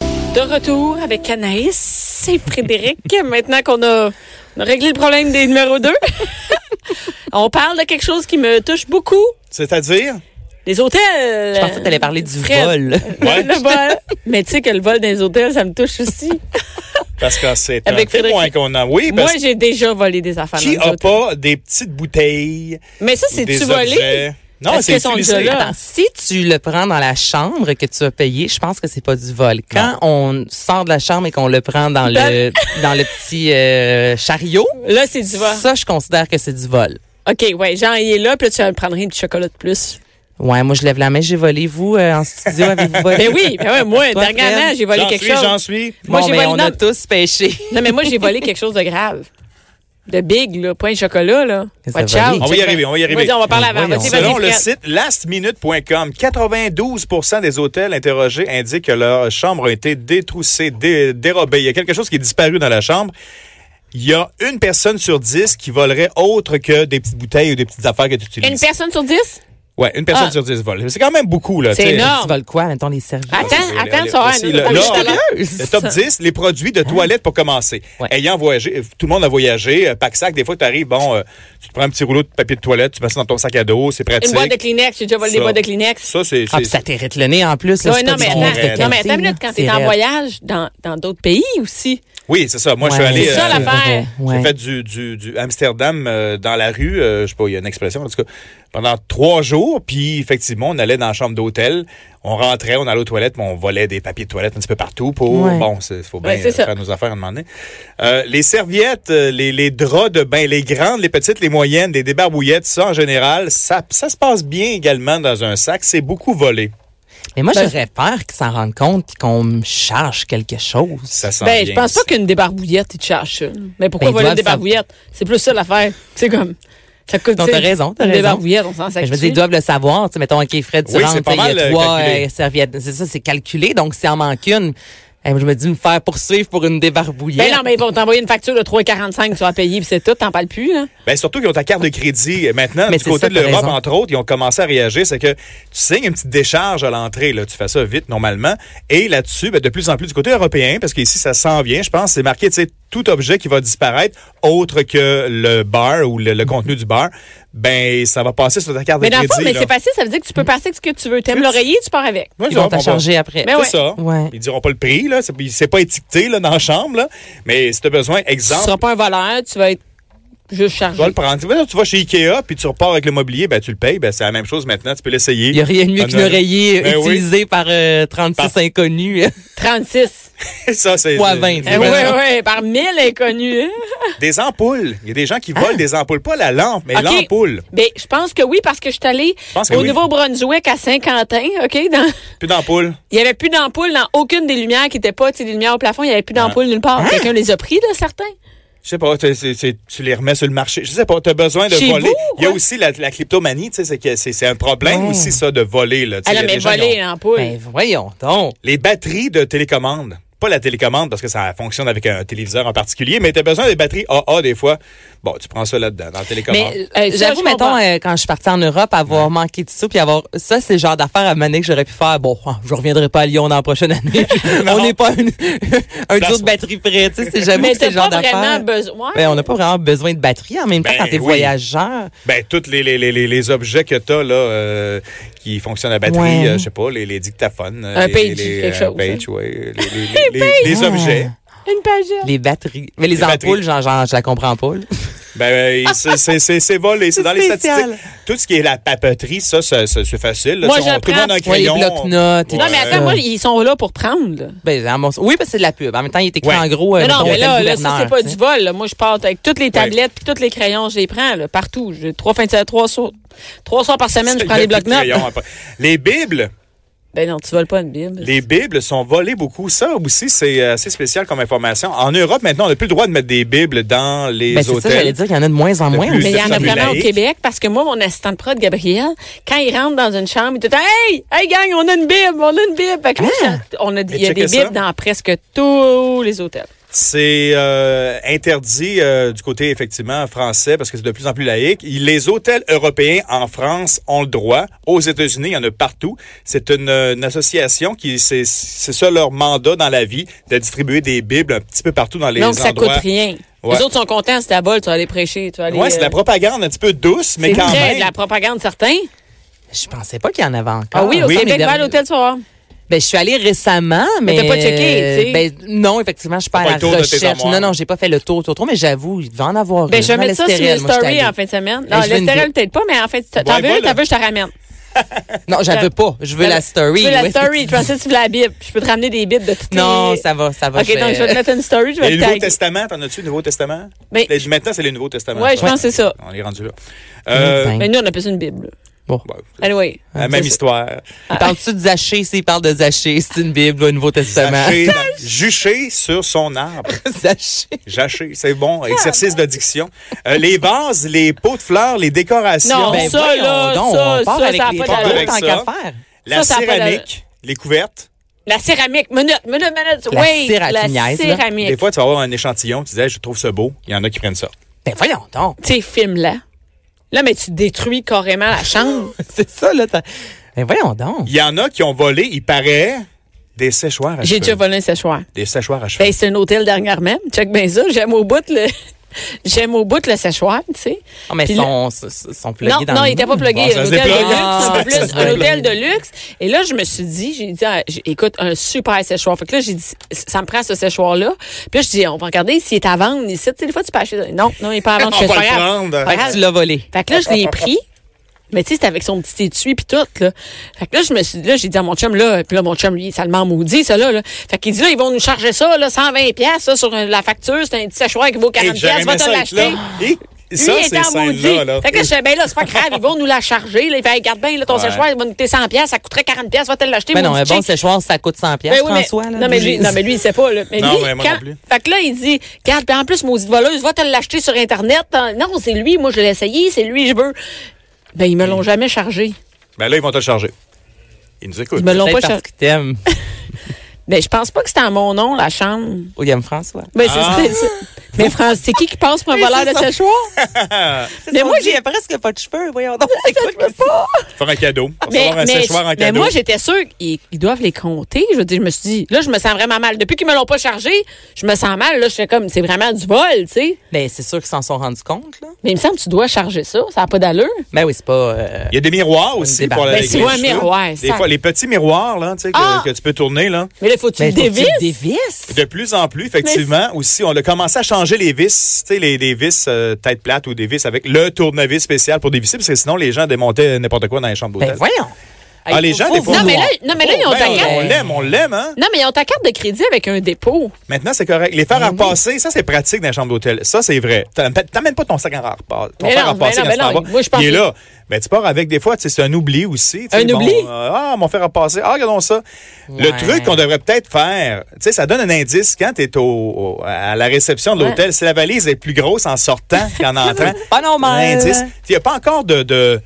De retour avec Anaïs et Frédéric, maintenant qu'on a, on a réglé le problème des numéros 2, on parle de quelque chose qui me touche beaucoup, C'est-à-dire? les hôtels. Je pensais que t'allais parler du Fred. vol. Ouais. Le vol. Mais tu sais que le vol des hôtels, ça me touche aussi. Parce que c'est un Avec Frédéric. témoin qu'on a. Oui, Moi, parce que j'ai déjà volé des affaires qui dans les a hôtels. pas des petites bouteilles? Mais ça, ou c'est-tu des volé? objets? Non, Est-ce c'est qu'elles sont utilisé. déjà là? Attends, si tu le prends dans la chambre que tu as payé, je pense que c'est pas du vol. Quand on sort de la chambre et qu'on le prend dans le dans le petit euh, chariot, Là, c'est du vol. ça je considère que c'est du vol. OK, ouais, Jean, il est là, puis là, tu vas me prendre une chocolat de plus. Ouais, moi je lève la main, j'ai volé vous euh, en studio avez-vous volé Ben oui, ben ouais, moi, Toi, dernièrement, Fred? j'ai volé J'en quelque suis, chose. j'en suis. Moi, bon, j'ai ben, volé- on non. a tous pêché. Non, mais moi, j'ai volé quelque chose de grave. De big, là, pas un chocolat, là. Qu'est-ce que Watch t'as out. volé? On va y arriver, on va y arriver. Vas-y, on va parler avant. Voyons. Vas-y, vas-y, Selon le Fred. site lastminute.com, 92 des hôtels interrogés indiquent que leur chambre a été détroussée, dé- dérobée. Il y a quelque chose qui est disparu dans la chambre. Il y a une personne sur dix qui volerait autre que des petites bouteilles ou des petites affaires que tu utilises. Une personne sur dix? Ouais, une personne Ah. sur dix vole. C'est quand même beaucoup, là. C'est tu sais. énorme. Tu voles quoi Mettons les serviettes. Attends, Allez, allez, attends, ça voici va. le- on est là, tout à l'heure. Le top 10, les produits de toilette pour commencer. Ouais. Ayant voyagé, tout le monde a voyagé, euh, pack-sac, des fois tu arrives, bon, euh, tu te prends un petit rouleau de papier de toilette, tu mets ça dans ton sac à dos, c'est pratique. Une boîte de Kleenex, j'ai déjà volé des Ça. boîtes de Kleenex. Ça, c'est... Ah, c'est- puis ça t'érite le nez en plus. Là, Ouais, c'est non, pas mais du attends, monde de non, qualité, mais attends, une minute, là. quand C'est t'es en raide. voyage dans dans d'autres pays aussi. Oui, c'est ça. Moi, je suis Ouais. allé... C'est ça, euh, l'affaire. Ouais. J'ai fait du, du, du Amsterdam euh, dans la rue, euh, je sais pas, il y a une expression, en tout cas, pendant trois jours, puis effectivement, on allait dans la chambre d'hôtel, on rentrait, on allait aux toilettes, mais on volait des papiers de toilette un petit peu partout pour, Ouais. bon, il faut bien Ouais, c'est euh, ça. faire nos affaires à un moment donné. Euh, les serviettes, euh, les, les draps de bain, les grandes, les petites, les moyennes, des débarbouillettes, ça, en général, ça, ça se passe bien également dans un sac, c'est beaucoup volé. Mais moi, Ben, j'aurais peur qu'ils s'en rendent compte et qu'on me charge quelque chose. Ça sent Ben, bien. je pense pas ça. qu'une débarbouillette, ils te cherchent ça. Mais pourquoi Ben, ils voler une doivent savoir. débarbouillette? C'est plus ça l'affaire. C'est comme. Ça coûte. Non, tu sais, t'as raison, t'as une raison. débarbouillette, on s'en Mais sacre. Je me dis, ils doivent le savoir. Tu sais, mettons, OK, Fred, tu Oui, rentres, c'est pas il y a mal, euh, trois calculé. euh, serviettes. C'est ça, c'est calculé. Donc, s'il en manque une, eh, je me dis, me faire poursuivre pour une débarbouillette. Ben non, mais ils vont t'envoyer une facture de 3,45 que tu vas payer, puis c'est tout, t'en parles plus, hein. là. Ben, surtout qu'ils ont ta carte de crédit. Et Maintenant, Mais du c'est côté ça, de t'as l'Europe, raison. entre autres, ils ont commencé à réagir. C'est que tu signes une petite décharge à l'entrée. Là. Tu fais ça vite, normalement. Et là-dessus, ben, de plus en plus du côté européen, parce qu'ici, ça s'en vient, je pense, c'est marqué, tu sais, tout objet qui va disparaître, autre que le bar ou le, le contenu du bar, ben, ça va passer sur ta carte Mais de dans le crédit. fond, mais là. c'est facile, ça veut dire que tu peux passer ce que tu veux. T'aimes Tu- l'oreiller, tu pars avec. Ouais, Ils ça, vont on t'en va- charger après. Ben Mais C'est ouais. ça. Ouais. Ils diront pas le prix, là. C'est, c'est pas étiqueté là, dans la chambre, là. Mais si tu as besoin, Tu exemple, seras pas un voleur, tu vas être juste tu vas chargé. le prendre. Tu vas- Tu vas chez Ikea, puis tu repars avec le mobilier, ben, tu le payes. Ben, c'est la même chose maintenant. Tu peux l'essayer. Il n'y a rien de mieux qu'une Un- oreiller Ben oui. utilisée par euh, 36 Par- inconnus. 36. Ça, c'est. Fois 20, Eh Ouais. Oui, oui, par 1000 inconnus. hein. Eh Des ampoules. Il y a des gens Hein? qui volent des ampoules. Pas la lampe, mais OK. l'ampoule. Ben, je pense que oui, parce que je suis allée pense que au oui. Nouveau-Brunswick à Saint-Quentin, OK? Dans... Plus d'ampoule. Il n'y avait plus d'ampoules dans aucune des lumières qui n'étaient pas tu sais, des lumières au plafond. Il n'y avait plus d'ampoules nulle part. Quelqu'un les a pris, là, certains. Je sais pas, t'es- c'est- c'est- tu les remets sur le marché. Je sais pas, tu as besoin de Chez voler. vous, Il y a quoi? aussi la, la cryptomanie, tu sais, c'est que c'est c'est un problème Oh. Ah aussi, ça, de voler. Là. Elle Tu sais, a il y a mais des gens qui volé ont- l'ampoule. Ben, voyons donc. Les batteries de télécommande. Pas la télécommande, parce que ça fonctionne avec un téléviseur en particulier, mais tu as besoin des batteries AA des fois. Bon, tu prends ça là-dedans, dans la télécommande. Mais Euh, ça, j'avoue, je comprends. mettons, euh, quand je suis partie en Europe, avoir manqué de ça, puis avoir ça, c'est le genre d'affaires à mener que j'aurais pu faire. Bon, ah, je reviendrai pas à Lyon dans la prochaine année. on Non. n'est pas une- un duo Place- de batterie près, tu sais, c'est jamais mais ce c'est genre pas d'affaires. vraiment besoin. Ben, on n'a pas vraiment besoin de batterie en même temps Ben quand t'es oui. voyageur. Ben, tous les, les, les, les, les objets que t'as, là, euh, qui fonctionnent à batterie, Ouais. euh, je sais pas, les, les dictaphones. euh, Un les, page, les- quelque un chose, hein. page, ouais, les- les- les- les- les Ah. objets. Une pagette. Les batteries. Mais les, Les batteries. ampoules, genre, genre, je la comprends pas. là. Ben, ben, c'est- c'est- c'est c'est volé, c'est dans les Spécial. statistiques. Tout ce qui est la papeterie, ça, ça, ça, c'est facile. là. Moi, Tu sais, je on- tout le monde a un prends- Ouais, les crayon. blocs-notes et Non, mais Ouais. attends, moi, ils sont là pour prendre. là. Ben, en mon- Oui, parce que c'est de la pub. En même temps, il est écrit Ouais. en gros. euh, Mais non, mettons, mais là, hôtel là, ça, c'est gouverneur, pas tu du sais. vol. là. Moi, je pars avec toutes les tablettes puis tous les crayons, je les prends là, partout. J'ai trois fins de semaine, trois soirs, trois soirs par semaine, je prends Il y a les plus de blocs-notes. crayons après. Les bibles, Ben non, tu voles pas une Bible. Les Bibles sont volées beaucoup. Ça aussi, c'est assez spécial comme information. En Europe, maintenant, on n'a plus le droit de mettre des Bibles dans les Ben, c'est hôtels. ça, j'allais dire qu'il y en a de moins en De moins. plus Mais il y en a Personne vraiment au laïque. Québec parce que moi, mon assistant de prod, Gabriel, quand il rentre dans une chambre, il te dit Hey, hey gang, on a une Bible, on a une Bible. Fait que là, Ah! ça- on a, il y a checkez des ça. Bibles dans presque tous les hôtels. C'est euh, interdit euh, du côté effectivement français parce que c'est de plus en plus laïque. Les hôtels européens en France ont le droit. Aux États-Unis, il y en a partout. C'est une, euh, une association qui c'est c'est ça leur mandat dans la vie de distribuer des bibles un petit peu partout dans les Donc, ça endroits. coûte rien. Ouais. Les autres sont contents, c'est à bol, tu vas aller prêcher. Tu vas aller, Ouais, c'est de euh, la propagande un petit peu douce, mais c'est quand vrai, même. de la propagande, certains. Je pensais pas qu'il y en avait encore. Ah, oui, au mais Québec, va à dernier- l'hôtel, tu vas voir. Ben, je suis allée récemment, mais. t'as pas checké, euh, tu sais. Ben, non, effectivement, je suis pas T'as à pas la le tour de tes recherche. armoires. Non, non, j'ai pas fait le tour, tour, tour, mais j'avoue, il va en avoir. Ben, une. je vais Dans mettre ça sur l'Estérel, les moi, j'étais stories allée. en fin de semaine. Ben, Non, je veux une l'Estérel, Bible. peut-être pas, mais en fait, t'en Ouais, veux, voilà. t'en veux, je te ramène. Non, j'en veux pas. Je veux la story. Tu veux oui. la story. Je pensais que tu voulais la Bible. Je peux te ramener des Bibles de toutes Non, les- ça va, ça va. OK, donc je vais te mettre une story, je Et vais le te Nouveau taguer. Testament, t'en as-tu le Nouveau Testament? Ben, Les- maintenant, c'est le Nouveau Testament. Ouais, je pense que c'est ça. On est rendu là. Euh, Ben, Mais nous, on appelle ça une Bible. Bon. bon, Anyway. Ah, la Ah, même histoire. Il parle-tu de Zaché? S'il parle de Zaché, c'est une Bible au Nouveau Testament. Zaché, dans- juché sur son arbre. Zaché. Jaché, c'est bon, exercice de diction. Euh, les vases, les pots de fleurs, les décorations, Non, Ben, ça, voyons là, donc, ça, on part ça, avec ça a les pas d'allure. photos, Avec tant ça. qu'à faire. la ça a pas céramique, les couvertes. La céramique. Minute, minute, minute. La oui, céra- la tu niaises, là. Des céramique. fois, tu vas avoir un échantillon, tu disais, je trouve ça beau. Il y en a qui prennent ça. Ben, voyons donc. Ces films-là. Là, mais tu détruis carrément la chambre. C'est ça, là. t'as- Ben, voyons donc. Il y en a qui ont volé, il paraît, des séchoirs à J'ai cheveux. déjà volé un séchoir. Des séchoirs à cheveux. Ben, c'est un hôtel dernièrement. Check bien ça. J'aime au bout le... J'aime au bout le séchoir, tu sais. Ah, mais Puis ils là- sont, sont- sont plugués Non, dans non, le il était pas moule. plugué. Bon, un ça se hôtel de déplugue. luxe, Ah, en ça plus, se un déplugue. hôtel de luxe. Et là, je me suis dit, j'ai dit, ah, j- écoute, un super séchoir. Fait que là, j'ai dit, ça me prend ce séchoir-là. Puis là, je dis, on va regarder s'il est à vendre ici. Tu sais, des fois, tu peux acheter. Non, non, il n'est pas à vendre. On Je fais, c'est va le pas grave. prendre. Pas Fait que grave. tu l'as volé. Fait que là, je l'ai pris. Mais tu sais, c'était avec son petit étui puis tout, là. Fait que là, je me suis là, j'ai dit à mon chum, là, puis là, mon chum, lui, ça le ment maudit, ça, là, là. Fait qu'il dit, là, ils vont nous charger ça, là, 120 pièces là, sur euh, la facture. C'est un petit séchoir qui vaut 40 Hey, j'aurais pièces va aimé te ça être là. l'acheter. Et Lui, ça, il ces était en maudit. scènes-là. Là. Fait que là, je disais, ben là, c'est pas grave, ils vont nous la charger. Là. Il fait, hey, garde bien, là, ton Ouais. séchoir, il va nous coûter 100 pièces, ça coûterait 40 pièces, va-t-elle l'acheter? Ben non, mon un petit bon chic? séchoir, ça coûte 100 pièces, Ben oui, mais- François. là, non, mais lui, bouger. non, mais lui, il sait pas, là. Mais Non, lui, mais moi quand- non plus. Fait que là, il dit, garde, puis en plus, maudite voleuse, va te l'acheter sur Internet. Hein. Non, c'est lui, moi, je l'ai essayé, c'est lui, je veux. Ben, ils me l'ont jamais chargé. Ben là, ils vont te le charger. Ils nous écoutent. Ils me l'ont pas Peut-être chargé. parce qu'il t'aime. Ben, je pense pas que c'était en mon nom, la chambre. William François. Ben, Ah. c'est, c'est, c'est- Mais France, c'est qui qui passe pour un Oui, voleur c'est de ça. séchoir? Mais Mais moi, moi, j'ai presque pas de cheveux, voyons donc. C'est quoi que Faire un cadeau. Mais, Recevoir un mais- séchoir en mais cadeau. moi, j'étais sûre qu'ils ils doivent les compter. Je veux dire, je me suis dit, là, je me sens vraiment mal. Depuis qu'ils me l'ont pas chargé, je me sens mal. Là, je fais comme, c'est vraiment du vol, tu sais. Mais c'est sûr qu'ils s'en sont rendus compte, là. Mais il me semble que tu dois charger ça. Ça n'a pas d'allure. Ben oui, c'est pas. euh, Il y a des miroirs aussi Des pour la barres. Ben, c'est les un cheveux. miroir, Des ça. fois, les petits miroirs là, tu sais, que, Ah! que tu peux tourner. là. Mais là, faut que tu ben, le faut-tu dévisses. le dévisses? De plus en plus, effectivement, aussi, on a commencé à changer les vis, tu sais, les, les vis euh, tête plate ou des vis avec le tournevis spécial pour dévisser, parce que sinon, les gens démontaient n'importe quoi dans les chambres Ben d'hôtel. voyons. ah, les gens, des fois, Non, mais là, vouloir. non, mais là, ils ont Ben, ta on, on carte. l'aime, on l'aime, hein? Non, mais ils ont ta carte de crédit avec un dépôt. Maintenant, c'est correct. Les fers à repasser, ça, c'est pratique dans les chambres d'hôtel. Ça, c'est vrai. T'am- T'amènes pas ton sac en repas, ton Mais fer non, à repasser mais non, quand tu mais t'en non. vas. Moi, je pense Il est que- là. Ben, tu pars avec des fois, tu sais, c'est un oubli aussi. tu sais, Un oubli? euh, ah, mon fer à repasser. Ah, regardons ça. Le Ouais. truc qu'on devrait peut-être faire, tu sais, ça donne un indice quand tu es au, au- à la réception de Ouais. l'hôtel. Si la valise est plus grosse en sortant qu'en entrant, Pas normal. un indice. Il n'y a pas encore de... de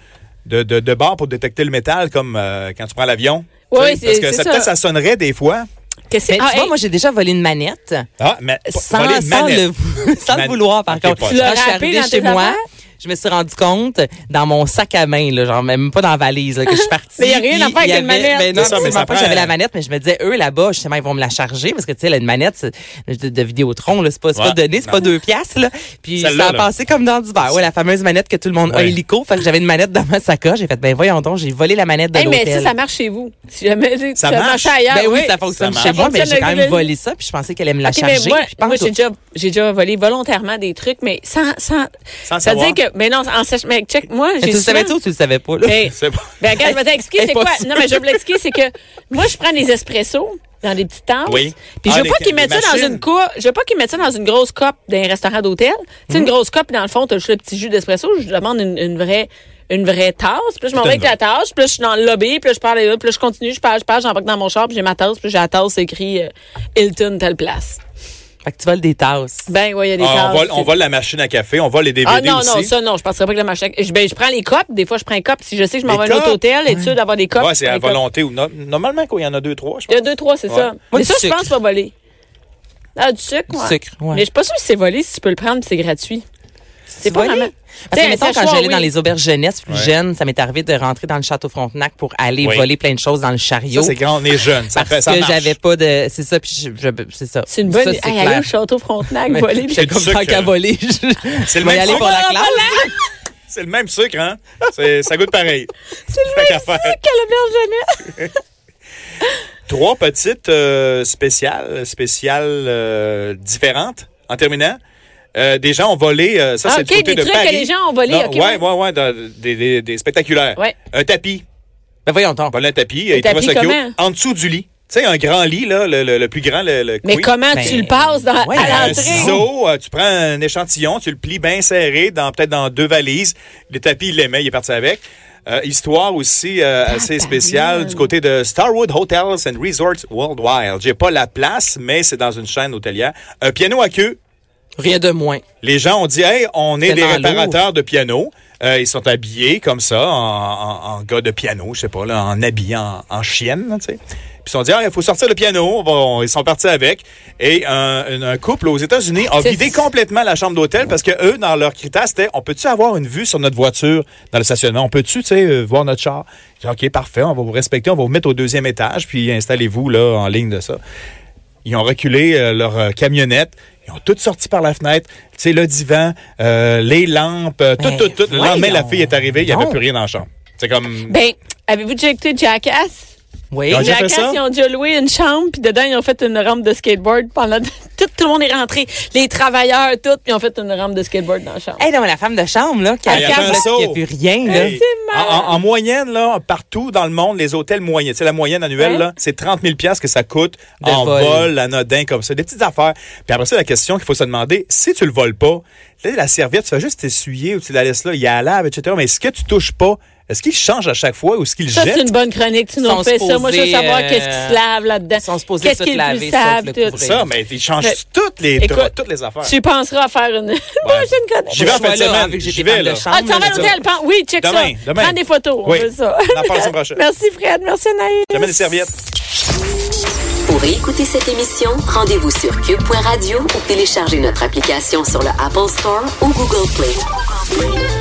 de, de, de barre pour détecter le métal comme euh, quand tu prends l'avion. Tu Ouais, sais, c'est- parce que c'est ça, ça. peut-être ça sonnerait des fois. Qu'est-ce que Mais c'est? Ah, Ben, tu vois, hey, moi, j'ai déjà volé une manette. Ah, mais sans, voler une sans manette. le, vou- sans le Manette. vouloir, par Ok, contre. pas Tu ça. Quand je suis l'as râpé arrivée dans chez tes moi, affaires? je me suis rendu compte dans mon sac à main, là, genre même pas dans la valise, là, que je suis partie. Mais y a rien puis à faire avec il y une avait- manette. Ben non, C'est ça, mais absolument ça pas prend- j'avais la manette, mais je me disais, eux, là-bas, justement, ils vont me la charger parce que, tu sais, là, une manette c'est- de, de Vidéotron, là, c'est pas, c'est Ouais. pas donné, c'est Non. pas deux piastres, là. Puis Celle-là, ça a là. passé comme dans du verre. Ouais, la fameuse manette que tout le monde a Ouais. illico. Fait que j'avais une manette dans ma sacoche. J'ai fait, ben voyons donc, j'ai volé la manette de hey, mais l'hôtel. ça, Ah, ça marche chez vous. Si jamais tu sais, Ça tu as marche? marché ailleurs. ben oui, ça fonctionne Ça chez moi, mais fonctionne j'ai quand avec même le- volé ça, puis je pensais qu'elle allait me la OK, charger. mais moi, puis pas en moi, tout. j'ai déjà, j'ai déjà volé volontairement des trucs, mais sans, sans, Sans ça veut savoir. dire que, mais non, en sèche, mais check, moi, Mais j'ai tu le savais-tu souvent- ou tu le savais pas, là? Ben, C'est bon. ben, regarde, je vais t'expliquer, c'est quoi? Impossible. Non, mais je vais vous l'expliquer, c'est que, moi, je prends des espressos dans des petites tasses. Oui. Puis Ah, je veux les pas ca- qu'ils mettent les ça dans machines. une coupe, je veux pas qu'ils mettent ça dans une grosse Mhm. coupe d'un restaurant d'hôtel. Tu sais, une grosse coupe, dans le fond, t'as juste le petit jus d'espresso, je demande une, une vraie, une vraie tasse. Puis là, je m'en vais avec la tasse. Puis là, je suis dans le lobby. Puis là, je parle. Puis là, je continue. Je parle, je parle. J'embarque dans mon char. Puis j'ai ma tasse. Puis j'ai la tasse écrit euh, Hilton, telle place. Fait que tu voles des tasses. Ben, ouais, il y a des Ah, on, tasses. vole, on vole la machine à café, on vole les DVD Ah non, aussi. non, ça non, je passerai pas que la machine. Je, ben, je prends les copes, des fois je prends un copes. Si je sais que je m'en Les vais à un autre copes? hôtel, et sûr d'avoir des copes. Ouais, je c'est prends à les copes. volonté ou non. Normalement, quoi, il y en a deux, trois, je Il y pense. a deux, trois, c'est Ouais. ça. Moi, mais du ça, je sucre. pense pas voler. Ah, du sucre, Du ouais. sucre, ouais. Mais je suis pas sûre si c'est volé, si tu peux le prendre, puis c'est gratuit. C'est pas volé? vraiment. Parce T'sais, que, un mettons, quand séchoir, j'allais oui. dans les auberges jeunesse plus Ouais. jeunes, ça m'est arrivé de rentrer dans le château Frontenac pour aller Oui. voler plein de choses dans le chariot. Ça, c'est quand on est jeune. Ça parce fait ça que marche. j'avais pas de. C'est ça, puis je- je- c'est ça. C'est une bonne. Ça, idée. c'est Hey, allez clair. au château Frontenac, Mais- voler. puis- J'étais comme sucre. tant qu'à voler. je- C'est le je vais y même aller sucre. pour la classe. C'est le même sucre, hein? C'est- ça goûte pareil. C'est le Fait qu'à même faire. sucre qu'à l'auberge jeunesse. Trois petites euh, spéciales, spéciales euh, différentes en terminant. Euh, des gens ont volé, euh, ça Ah, c'est ok, du côté des de trucs que Paris. les gens ont volés, Non, ok, ouais. ouais, ouais, ouais, dans- des, des- des spectaculaires. Ouais. Un tapis. Ben voyons donc. Voilà un tapis. Il tapis trouvait ça cute. comment? En dessous du lit. Tu sais, un grand lit, là, le, le- le plus grand, le, le Mais queen. comment Ben, tu le passes dans, ouais, à Un l'entrée? ciseau, euh, tu prends un échantillon, tu le plies bien serré, dans peut-être dans deux valises. Le tapis, il l'aimait, il est parti avec. Euh, histoire aussi euh, assez spéciale du côté de Starwood Hotels and Resorts Worldwide. J'ai pas la place, mais c'est dans une chaîne hôtelière. Un piano à queue. Rien de moins. Les gens ont dit, hey, on est des Tellement réparateurs de piano. Euh, ils sont habillés comme ça, en, en- en gars de piano, je sais pas, là, en habillant en, en chienne, là, tu sais. Puis ils ont dit, ah, il faut sortir le piano. Bon, ils sont partis avec. Et un, un- un couple aux États-Unis a C'est- vidé complètement la chambre d'hôtel parce que eux, dans leur critère, c'était, on peut-tu avoir une vue sur notre voiture dans le stationnement? On peut-tu, tu sais, euh, voir notre char? Ils ont dit, OK, parfait, on va vous respecter, on va vous mettre au deuxième étage, puis installez-vous, là, en ligne de ça. Ils ont reculé euh, leur euh, camionnette. Ils ont toutes sorti par la fenêtre. Tu sais, le divan, euh, les lampes, euh, tout, Ben, tout, tout. Le lendemain, voyons la fille est arrivée, il n'y avait donc. plus rien dans la chambre. C'est comme... Ben, avez-vous déjà écouté Jackass? Oui. Ils ont déjà fait ça? Jackass, ils ont déjà loué une chambre, puis dedans, ils ont fait une rampe de skateboard pendant. Tout, tout le monde est rentré. Les travailleurs, tout, puis ils ont fait une rampe de skateboard dans la chambre. Hey, non, mais la femme de chambre, là, qui a Hey, la attends, chambre, là, ça. qui a plus rien, là. Hey, en, en- en moyenne, là, partout dans le monde, les hôtels moyens, tu sais, la moyenne annuelle, Ouais. là, c'est 30 000 que ça coûte De en vol. vol. anodin, comme ça, des petites affaires. Puis après ça, la question qu'il faut se demander, si tu le voles pas, tu sais, la serviette, tu vas juste t'essuyer ou tu la laisses là, il y a la lave, etc. Mais est-ce que tu touches pas? Est-ce qu'il change à chaque fois ou est-ce qu'il Ça, jette? c'est une bonne chronique. Tu nous Sont refais ça. Moi, je veux supposés, savoir euh, qu'est-ce qui se lave là-dedans. sont supposés Qu'est-ce tout qui est le laver, plus sauf sable, le tout. couvrir. Ça, mais il change Mais- toutes les, Écoute, dra- toutes les affaires. Tu penseras à faire une prochaine chronique. J'y vais en Moi, fin de je suis là, semaine. vu que j'ai J'y des vais, femmes là. de chambre. Ah, tu t'en vas à l'hôtel. Prends- Oui, check Demain, ça. demain. Prends des photos. Oui. On veut ça. On en parle la semaine prochaine. Merci, Fred. Merci, Anaïs. J'amène les serviettes. Pour écouter cette émission, rendez-vous sur cube.radio ou téléchargez notre application sur le Apple Store ou Google Play.